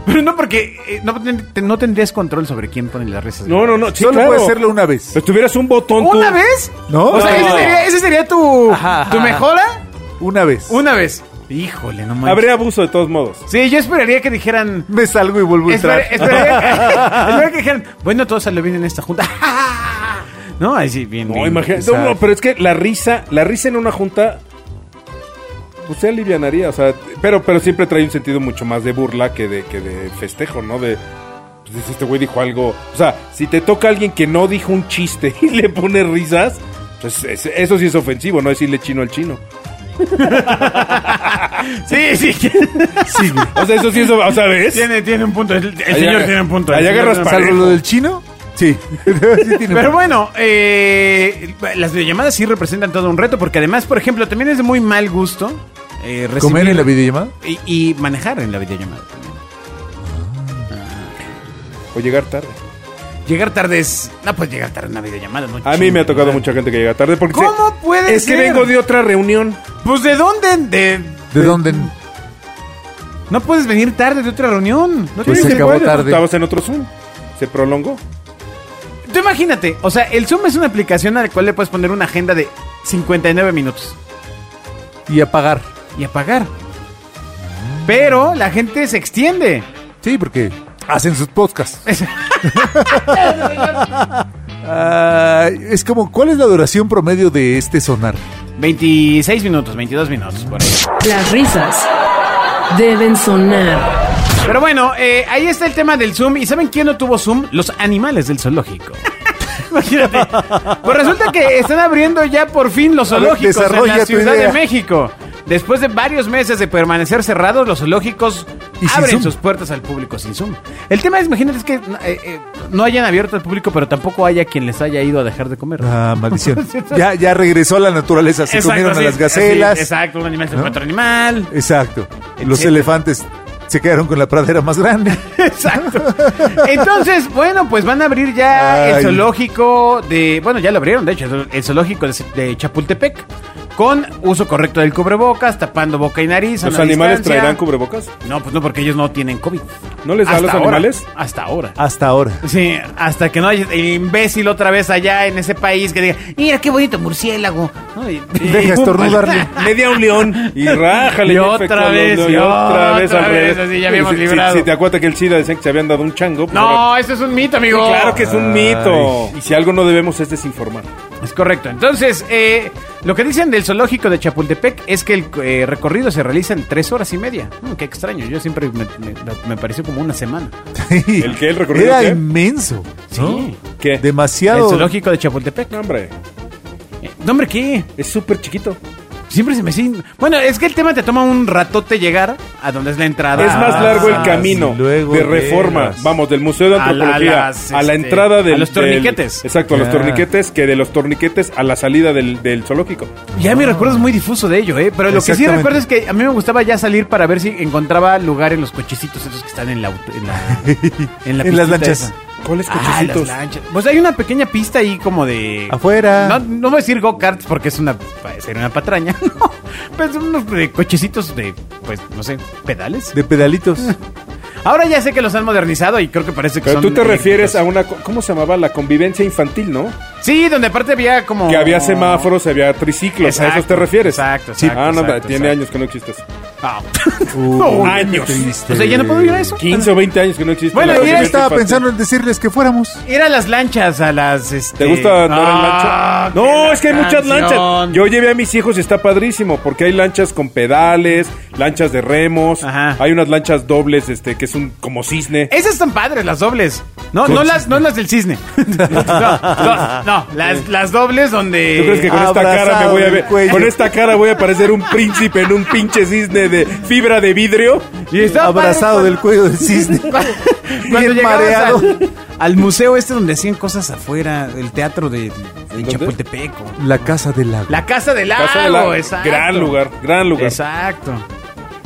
Speaker 2: Pero no porque eh, no, ten- no tendrías control sobre quién pone las risas.
Speaker 4: No, no, no. Sí,
Speaker 3: Solo
Speaker 4: claro.
Speaker 3: puede hacerlo una vez.
Speaker 4: Pues tuvieras un botón tú.
Speaker 2: ¿Una vez?
Speaker 3: No.
Speaker 2: O sea,
Speaker 4: No.
Speaker 2: ¿ese sería, ese sería tu,
Speaker 3: Ajá, ajá,
Speaker 2: tu
Speaker 3: ajá.
Speaker 2: mejora?
Speaker 3: Una vez.
Speaker 2: Una vez. Híjole, no manches.
Speaker 4: Habría abuso de todos modos.
Speaker 2: Sí, yo esperaría que dijeran...
Speaker 3: Me salgo y vuelvo a entrar.
Speaker 2: Espera, espera, espera que dijeran, bueno, todo salió bien en esta junta. no, ahí sí, bien.
Speaker 4: No,
Speaker 2: bien.
Speaker 4: imagínate.
Speaker 3: exacto.
Speaker 4: No, no, pero es que la risa, la risa en una junta, pues se alivianaría, o sea, pero, pero siempre trae un sentido mucho más de burla que de, que de festejo, ¿no? De, pues dices, este güey dijo algo, o sea, si te toca a alguien que no dijo un chiste y le pone risas, pues es- eso sí es ofensivo, no decirle chino al chino.
Speaker 2: Sí, sí.
Speaker 3: Sí, güey.
Speaker 4: O sea, eso sí es, o sea, ¿ves?
Speaker 2: tiene, tiene un punto. El, el
Speaker 4: Ahí
Speaker 2: señor
Speaker 4: aga-
Speaker 2: tiene un punto. el
Speaker 4: ahí
Speaker 2: señor
Speaker 4: agarras
Speaker 2: tiene un
Speaker 4: parejo.
Speaker 3: Salvo lo del chino. Sí. Sí tiene-
Speaker 2: Pero bueno, eh, las videollamadas sí representan todo un reto, porque además, por ejemplo, también es de muy mal gusto eh, recibir-
Speaker 3: ¿Comer en la videollamada?
Speaker 2: y, y manejar en la videollamada también.
Speaker 4: O llegar tarde.
Speaker 2: Llegar tarde es. No puedes llegar tarde en una videollamada, ¿no?
Speaker 4: A mí me ha tocado
Speaker 2: Chinga.
Speaker 4: mucha gente que llega tarde porque...
Speaker 2: ¿Cómo puede
Speaker 4: Es que
Speaker 2: ser?
Speaker 4: vengo de otra reunión.
Speaker 2: Pues de dónde. De,
Speaker 3: ¿De dónde?
Speaker 2: no puedes venir tarde de otra reunión. No
Speaker 3: Pues
Speaker 2: tienes
Speaker 3: se
Speaker 2: que-
Speaker 3: acabó
Speaker 4: Bueno,
Speaker 3: tarde.
Speaker 4: Estabas en otro Zoom. Se prolongó.
Speaker 2: Tú imagínate, o sea, el Zoom es una aplicación a la cual le puedes poner una agenda de 59 minutos
Speaker 3: Y apagar.
Speaker 2: y apagar. Pero la gente se extiende.
Speaker 3: Sí, porque hacen sus podcasts. Ah, es como, ¿cuál es la duración promedio de este sonar?
Speaker 2: 26 minutos, 22 minutos por ahí.
Speaker 1: Las risas deben sonar.
Speaker 2: Pero bueno, eh, ahí está el tema del Zoom. ¿Y saben quién no tuvo Zoom? Los animales del zoológico. Imagínate. Pues resulta que están abriendo ya por fin los
Speaker 3: A ver,
Speaker 2: zoológicos en
Speaker 3: desarrolla
Speaker 2: la
Speaker 3: tu
Speaker 2: Ciudad
Speaker 3: idea.
Speaker 2: de México. Después de varios meses de permanecer cerrados, los zoológicos
Speaker 3: Y sin
Speaker 2: abren
Speaker 3: Zoom.
Speaker 2: sus puertas al público sin Zoom. El tema es, imagínate, es que eh, eh, no hayan abierto al público, pero tampoco haya quien les haya ido a dejar de comer.
Speaker 3: Ah, maldición. Ya, ya regresó a la naturaleza. Se comieron
Speaker 2: así,
Speaker 3: a las gacelas.
Speaker 2: así, exacto, un animal se fue a
Speaker 3: ¿No?
Speaker 2: otro animal.
Speaker 3: Exacto. Los
Speaker 2: Etcétera.
Speaker 3: elefantes se quedaron con la pradera más grande.
Speaker 2: Exacto. Entonces, bueno, pues van a abrir ya el
Speaker 3: Ay.
Speaker 2: zoológico de. Bueno, ya lo abrieron, de hecho, el zoológico de, de Chapultepec. Con uso correcto del cubrebocas, tapando boca y nariz.
Speaker 4: ¿Los
Speaker 2: sana
Speaker 4: animales
Speaker 2: distancia.
Speaker 4: traerán cubrebocas?
Speaker 2: No, pues no, porque ellos no tienen COVID.
Speaker 4: ¿No les da a los
Speaker 2: ahora,
Speaker 4: animales?
Speaker 2: Hasta ahora.
Speaker 3: Hasta ahora.
Speaker 2: Sí, hasta que no haya el imbécil otra vez allá en ese país que diga, mira qué bonito murciélago. ¿no? Y-
Speaker 3: Deja estornudarle.
Speaker 4: Media un león. Y rájale.
Speaker 2: Y
Speaker 4: ya
Speaker 2: otra
Speaker 4: infectó al
Speaker 2: vez,
Speaker 4: león,
Speaker 2: y otra
Speaker 4: al
Speaker 2: vez,
Speaker 4: revés.
Speaker 2: así ya
Speaker 4: Sí,
Speaker 2: habíamos
Speaker 4: sí, sí,
Speaker 2: librado.
Speaker 4: Si, te acuerdas que el SIDA decían que se habían dado un chango. pues
Speaker 2: No,
Speaker 4: ahora-
Speaker 2: eso es un mito,
Speaker 4: Sí,
Speaker 2: amigo.
Speaker 4: claro que es un
Speaker 3: Ay.
Speaker 4: mito. Y si algo no debemos es desinformar.
Speaker 2: Es correcto. Entonces, eh, lo que dicen del zoológico de Chapultepec es que el eh, recorrido se realiza en tres horas y media. Mm, qué extraño, yo siempre me, me- me pareció como una semana.
Speaker 4: ¿El qué? ¿El recorrido
Speaker 3: Era
Speaker 4: qué?
Speaker 3: inmenso. ¿no?
Speaker 2: Sí.
Speaker 4: ¿Qué?
Speaker 2: El
Speaker 3: Demasiado.
Speaker 2: zoológico de Chapultepec.
Speaker 4: No, hombre.
Speaker 2: Eh, No, hombre, ¿qué?
Speaker 4: Es súper chiquito.
Speaker 2: Siempre se me sin- Bueno, es que el tema te toma un ratote llegar a donde es la entrada.
Speaker 4: Es más largo el
Speaker 3: Ah,
Speaker 4: camino
Speaker 3: sí, luego
Speaker 4: de reforma,
Speaker 3: llegas.
Speaker 4: vamos, del Museo de
Speaker 2: A la-
Speaker 4: Antropología a la,
Speaker 2: las, este,
Speaker 4: entrada del...
Speaker 2: a los
Speaker 4: del-
Speaker 2: torniquetes.
Speaker 4: exacto, a los
Speaker 3: Ya.
Speaker 4: torniquetes, que de los torniquetes a la salida del, del zoológico.
Speaker 2: Ya mi recuerdo es muy difuso de ello, ¿eh? Pero lo que sí
Speaker 3: Exactamente.
Speaker 2: recuerdo es que a mí me gustaba ya salir para ver si encontraba lugar en los cochecitos esos que están en la... auto- En, la, la
Speaker 3: En las
Speaker 2: pistita
Speaker 3: lanchas.
Speaker 2: esa.
Speaker 4: ¿Cuáles
Speaker 2: Ah, las
Speaker 4: cochecitos?
Speaker 2: lanchas. Pues hay una pequeña pista ahí como de...
Speaker 3: Afuera.
Speaker 2: No, no voy a decir go-karts porque es una... Sería una patraña. No. Pues unos eh, cochecitos de, pues, no sé, pedales.
Speaker 3: De pedalitos.
Speaker 2: Ahora ya sé que los han modernizado y creo que parece que
Speaker 4: Pero
Speaker 2: son
Speaker 4: tú te
Speaker 2: eléctricos.
Speaker 4: refieres a una... co- ¿Cómo se llamaba? La convivencia infantil, ¿no?
Speaker 2: Sí, donde aparte había como...
Speaker 4: Que había semáforos, había triciclos, ¿a
Speaker 2: Exacto,
Speaker 4: esos te refieres?
Speaker 2: exacto,
Speaker 4: Sí.
Speaker 2: exacto,
Speaker 4: Ah, no,
Speaker 2: exacto,
Speaker 4: tiene
Speaker 2: exacto.
Speaker 4: años que no existe eso.
Speaker 2: Ah.
Speaker 4: Uh,
Speaker 3: Uy,
Speaker 4: años.
Speaker 3: qué triste.
Speaker 2: O sea, ya no puedo ir a eso.
Speaker 4: 15 o 20 años que no existe.
Speaker 2: Bueno,
Speaker 4: la
Speaker 2: y
Speaker 3: Yo
Speaker 2: ya
Speaker 4: convivencia
Speaker 3: estaba
Speaker 4: infantil.
Speaker 3: pensando en decirles que fuéramos.
Speaker 2: Ir a las lanchas, a las... Este...
Speaker 4: ¿Te gusta andar
Speaker 2: Ah,
Speaker 4: en lancha? No,
Speaker 2: qué
Speaker 4: es que hay muchas lanchas.
Speaker 2: canción.
Speaker 4: Yo llevé a mis hijos y está padrísimo, porque hay lanchas con pedales, lanchas de remos,
Speaker 2: Ajá. Eh,
Speaker 4: hay unas lanchas dobles, este, que es un como cisne.
Speaker 2: Esas están padres, las dobles. No, no las, no las del cisne. No, no, no, las, las dobles donde.
Speaker 4: ¿Tú crees que con esta
Speaker 3: abrazado
Speaker 4: cara me voy a
Speaker 3: del
Speaker 4: ver?
Speaker 3: cuello.
Speaker 4: Con esta cara voy a parecer un príncipe en un pinche cisne de fibra de vidrio.
Speaker 2: Y estaba
Speaker 3: Abrazado
Speaker 2: padre
Speaker 3: del cuello del cisne.
Speaker 2: cuando- Cuando
Speaker 3: Bien
Speaker 2: llegabas
Speaker 3: mareado.
Speaker 2: Al, al museo este donde hacían cosas afuera, el teatro de, de
Speaker 4: ¿Dónde?
Speaker 2: Chapultepec. o-
Speaker 3: La casa del lago.
Speaker 2: La Casa del Lago,
Speaker 4: Casa de la-
Speaker 2: exacto.
Speaker 4: Gran lugar, gran lugar.
Speaker 2: Exacto.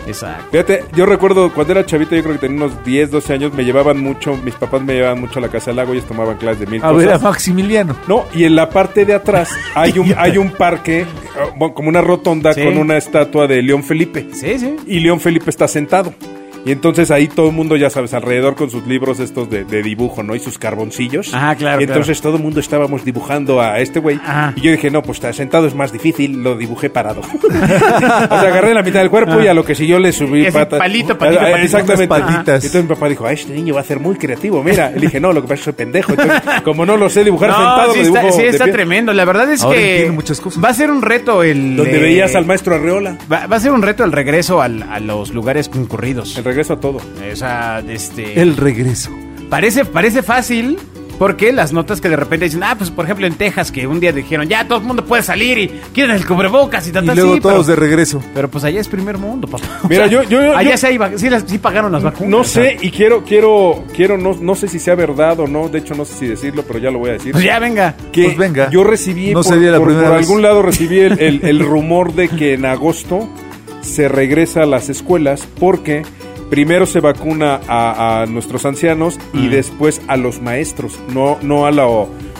Speaker 2: Exacto.
Speaker 4: Fíjate, yo recuerdo cuando era chavito, yo creo que tenía unos 10, 12 años, me llevaban mucho, mis papás me llevaban mucho a la casa del lago, ellos tomaban clases de mil
Speaker 3: A
Speaker 4: cosas.
Speaker 3: ver a Maximiliano.
Speaker 4: No, y en la parte de atrás hay un, hay un parque, eh, bueno, como una rotonda
Speaker 2: Sí.
Speaker 4: con una estatua de León Felipe.
Speaker 2: Sí, sí.
Speaker 4: Y León Felipe está sentado. Y entonces ahí todo el mundo, ya sabes, alrededor con sus libros estos de, de dibujo, ¿no? Y sus carboncillos.
Speaker 2: Ajá, Ah, claro,
Speaker 4: Y entonces todo el mundo estábamos dibujando a este güey.
Speaker 2: Ajá.
Speaker 4: Y yo dije, no, pues está sentado es más difícil, lo dibujé parado. o sea, agarré la mitad del cuerpo y a lo que siguió le subí
Speaker 2: Es un palito, palito,
Speaker 4: Ah, ah,
Speaker 2: palito,
Speaker 4: Exactamente.
Speaker 3: unas patitas.
Speaker 4: Y entonces mi papá dijo, "Ah, este niño va a ser muy creativo, mira. Le dije, no, lo que pasa es que soy pendejo. Entonces, como no lo sé dibujar sentado,
Speaker 2: sí
Speaker 4: lo
Speaker 2: está,
Speaker 4: dibujo
Speaker 2: sí
Speaker 4: de
Speaker 2: está
Speaker 4: pie.
Speaker 2: tremendo. La verdad es
Speaker 3: Ahora
Speaker 2: que
Speaker 3: entiendo muchas cosas.
Speaker 2: va a ser un reto el...
Speaker 4: Donde
Speaker 2: eh,
Speaker 4: veías al maestro Arreola.
Speaker 2: Va, va a ser un reto el regreso al- a los lugares concurridos.
Speaker 4: El regreso a todo.
Speaker 2: O sea, este...
Speaker 3: El regreso.
Speaker 2: Parece, parece fácil porque las notas que de repente dicen, ah, pues por ejemplo en Texas que un día dijeron, ya todo el mundo puede salir y quieren el cubrebocas y tal,
Speaker 3: Y
Speaker 2: tal,
Speaker 3: luego
Speaker 2: sí,
Speaker 3: todos
Speaker 2: pero,
Speaker 3: de regreso.
Speaker 2: pero pues allá es primer mundo, papá. O
Speaker 4: Mira, yo- yo- yo-
Speaker 2: allá sí, hay vac- sí las- sí pagaron las vacunas.
Speaker 4: No
Speaker 2: o sea.
Speaker 4: sé, y quiero, quiero, quiero, no, no sé si sea verdad o no, de hecho no sé si decirlo, pero ya lo voy a decir.
Speaker 2: Pues ya venga.
Speaker 4: Que
Speaker 3: Pues venga.
Speaker 4: Yo recibí,
Speaker 3: No
Speaker 4: por,
Speaker 3: sería la
Speaker 4: por-
Speaker 3: primera
Speaker 4: por
Speaker 3: vez.
Speaker 4: algún lado recibí el, el- el rumor de que en agosto se regresa a las escuelas porque primero se vacuna a, a nuestros ancianos
Speaker 3: Mm.
Speaker 4: y después a los maestros, no, no a la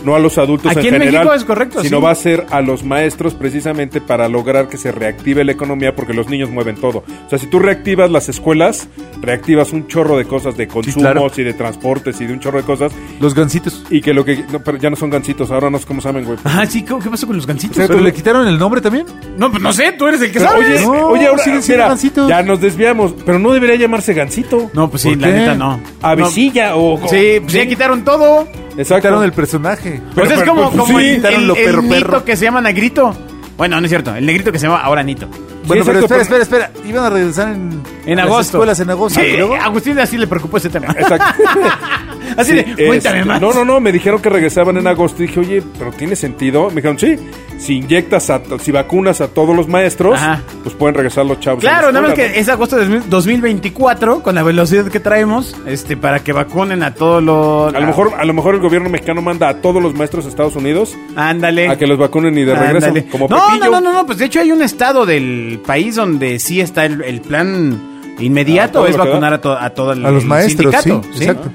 Speaker 4: no a los adultos
Speaker 2: Aquí
Speaker 4: en
Speaker 2: en
Speaker 4: general,
Speaker 2: México es correcto,
Speaker 4: sino
Speaker 2: sí.
Speaker 4: va a ser a los maestros precisamente para lograr que se reactive la economía porque los niños mueven todo. O sea, si tú reactivas las escuelas, reactivas un chorro de cosas de consumos
Speaker 3: claro.
Speaker 4: y de transportes y de un chorro de cosas
Speaker 3: Los gancitos.
Speaker 4: y que lo que no, pero ya no son gancitos, ahora no sé cómo se llaman, güey.
Speaker 2: Ah, sí, ¿cómo- ¿qué pasó con los gancitos?
Speaker 3: Exacto, ¿le quitaron el nombre también?
Speaker 2: No, pues no sé, tú eres el que
Speaker 4: Pero,
Speaker 2: sabe.
Speaker 4: oye,
Speaker 3: No,
Speaker 4: oye, ahora
Speaker 3: siguen siendo
Speaker 4: mira,
Speaker 3: gancitos.
Speaker 4: ya nos desviamos, pero no debería llamarse gancito.
Speaker 2: No, pues sí,
Speaker 3: ¿Por
Speaker 2: la
Speaker 3: qué?
Speaker 2: neta no.
Speaker 4: Avesilla o
Speaker 2: No. Sí, pues ya quitaron todo.
Speaker 4: exacto.
Speaker 3: Quitaron el personaje.
Speaker 2: Pues es
Speaker 4: pero,
Speaker 2: como,
Speaker 4: pues,
Speaker 2: como
Speaker 4: sí.
Speaker 2: el,
Speaker 3: Quitaron
Speaker 2: el-
Speaker 3: lo
Speaker 2: el
Speaker 3: perro,
Speaker 2: nito
Speaker 3: perro.
Speaker 2: que se llama Negrito. Bueno, no es cierto, el negrito que se llama ahora Nito.
Speaker 3: Bueno,
Speaker 4: Sí,
Speaker 3: pero
Speaker 4: exacto, pues.
Speaker 3: espera, espera, espera. Iban a regresar en,
Speaker 2: En
Speaker 3: a las
Speaker 2: agosto.
Speaker 3: escuelas en agosto.
Speaker 2: Sí,
Speaker 3: ¿Y luego?
Speaker 2: Agustín así le preocupó ese tema.
Speaker 4: Exacto.
Speaker 2: Así
Speaker 4: Sí,
Speaker 2: de, cuéntame
Speaker 4: este,
Speaker 2: más.
Speaker 4: No, no, no, me dijeron que regresaban en agosto. Dije, oye, pero ¿tiene sentido? Me dijeron, sí, si inyectas, a, to- si vacunas a todos los maestros,
Speaker 2: Ajá.
Speaker 4: pues pueden regresar los chavos. a la
Speaker 2: Claro, nada más
Speaker 4: escuela,
Speaker 2: que es agosto de 2000- 2024, con la velocidad que traemos, este, para que vacunen a todos los...
Speaker 4: ¿no? A lo, mejor, a lo mejor el gobierno mexicano manda a todos los maestros de Estados Unidos
Speaker 2: Ándale.
Speaker 4: a que los vacunen y de regreso,
Speaker 2: Ándale.
Speaker 4: como
Speaker 2: no,
Speaker 4: Pepillo.
Speaker 2: no, no, no, no, pues de hecho hay un estado del país donde sí está el, el plan inmediato,
Speaker 4: Ah, todo
Speaker 2: es
Speaker 4: lo que
Speaker 2: vacunar
Speaker 4: da.
Speaker 2: a, to- a todo el
Speaker 3: A los maestros,
Speaker 2: sindicato,
Speaker 3: sí, exacto.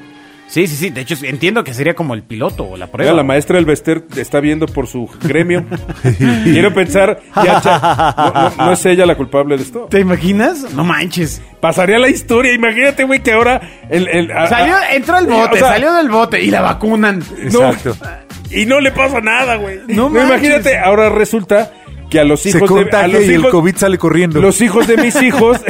Speaker 2: Sí, sí, sí, de hecho entiendo que sería como el piloto o la prueba.
Speaker 4: Mira, la maestra del Bester está viendo por su gremio. Quiero pensar, ya, cha- no, no- no es ella la culpable de esto.
Speaker 2: ¿Te imaginas? No manches.
Speaker 4: Pasaría la historia, imagínate, güey, que ahora el... el- a-
Speaker 2: Salió,
Speaker 4: a-
Speaker 2: entró al bote,
Speaker 4: Ah, eh, o sea,
Speaker 2: salió del bote y la vacunan.
Speaker 4: no,
Speaker 3: Exacto.
Speaker 4: y no le pasa nada, güey.
Speaker 2: No
Speaker 4: No,
Speaker 2: manches.
Speaker 4: imagínate, ahora resulta que a los
Speaker 3: Se
Speaker 4: hijos de... A
Speaker 3: contagia
Speaker 4: los
Speaker 3: y el
Speaker 4: hijos,
Speaker 3: COVID sale corriendo.
Speaker 4: los hijos de mis hijos...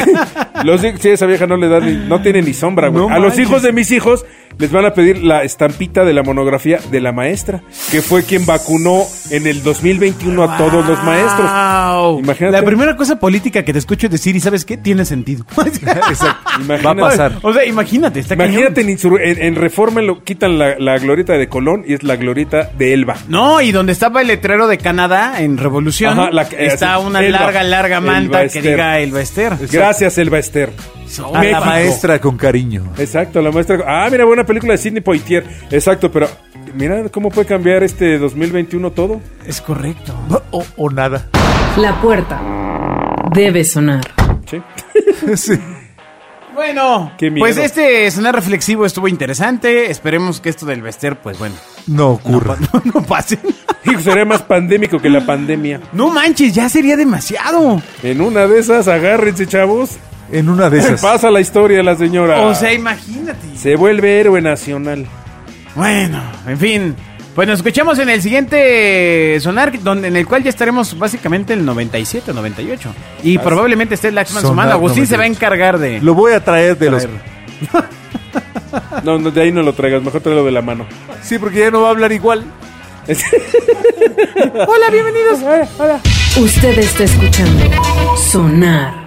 Speaker 4: los, hij- sí, esa vieja no le da ni... No tiene ni sombra, güey.
Speaker 3: No
Speaker 4: a los
Speaker 3: manches.
Speaker 4: hijos de mis hijos... les van a pedir la estampita de la monografía de la maestra, que fue quien vacunó en el 2021 a todos los
Speaker 3: Ah.
Speaker 4: maestros.
Speaker 2: Wow.
Speaker 4: Imagínate.
Speaker 2: La primera cosa política que te escucho decir y sabes qué, tiene sentido.
Speaker 4: Imagínate.
Speaker 3: Va a pasar.
Speaker 2: O sea, imagínate, está
Speaker 4: Imagínate
Speaker 2: cañón.
Speaker 4: en, insur- en- en Reforma lo quitan la, la glorieta de Colón y es la glorieta de Elba.
Speaker 2: No, y donde estaba el letrero de Canadá en Revolución,
Speaker 4: Ajá, la- eh,
Speaker 2: está
Speaker 4: así,
Speaker 2: una
Speaker 4: Elba.
Speaker 2: larga, larga
Speaker 4: Elba
Speaker 2: manta que
Speaker 4: Ester.
Speaker 2: diga el Bester.
Speaker 4: Gracias, Elba Ester.
Speaker 2: So-
Speaker 3: A la
Speaker 4: México.
Speaker 3: maestra con cariño.
Speaker 4: Exacto, la maestra. Ah, mira, buena película de Sidney Poitier. Exacto, pero mira cómo puede cambiar este 2021 todo.
Speaker 2: Es correcto.
Speaker 3: O, o nada.
Speaker 1: La puerta debe sonar.
Speaker 4: Che.
Speaker 3: Sí.
Speaker 2: Bueno,
Speaker 4: Qué miedo.
Speaker 2: pues este sonar reflexivo estuvo interesante. Esperemos que esto del Bester, pues bueno,
Speaker 3: No ocurra.
Speaker 2: no, no pase.
Speaker 4: Hijo, sería más pandémico que la pandemia.
Speaker 2: No manches, ya sería demasiado.
Speaker 4: En una de esas, agárrense, chavos.
Speaker 3: En una de
Speaker 4: Se
Speaker 3: esas.
Speaker 4: pasa la historia la señora.
Speaker 2: O sea, imagínate.
Speaker 4: se vuelve héroe nacional.
Speaker 2: Bueno, en fin. Pues nos escuchamos en el siguiente sonar, donde, en el cual ya estaremos básicamente el 97, 98. Y probablemente esté Laxman
Speaker 3: Sonar
Speaker 2: sumando. Agustín se va a
Speaker 3: 98.
Speaker 2: encargar de...
Speaker 3: Lo voy a traer de los.
Speaker 4: No, no, de ahí no lo traigas, mejor tráelo de la mano.
Speaker 3: Sí, porque ya no va a hablar igual.
Speaker 2: Hola, bienvenidos.
Speaker 1: Usted está escuchando Sonar.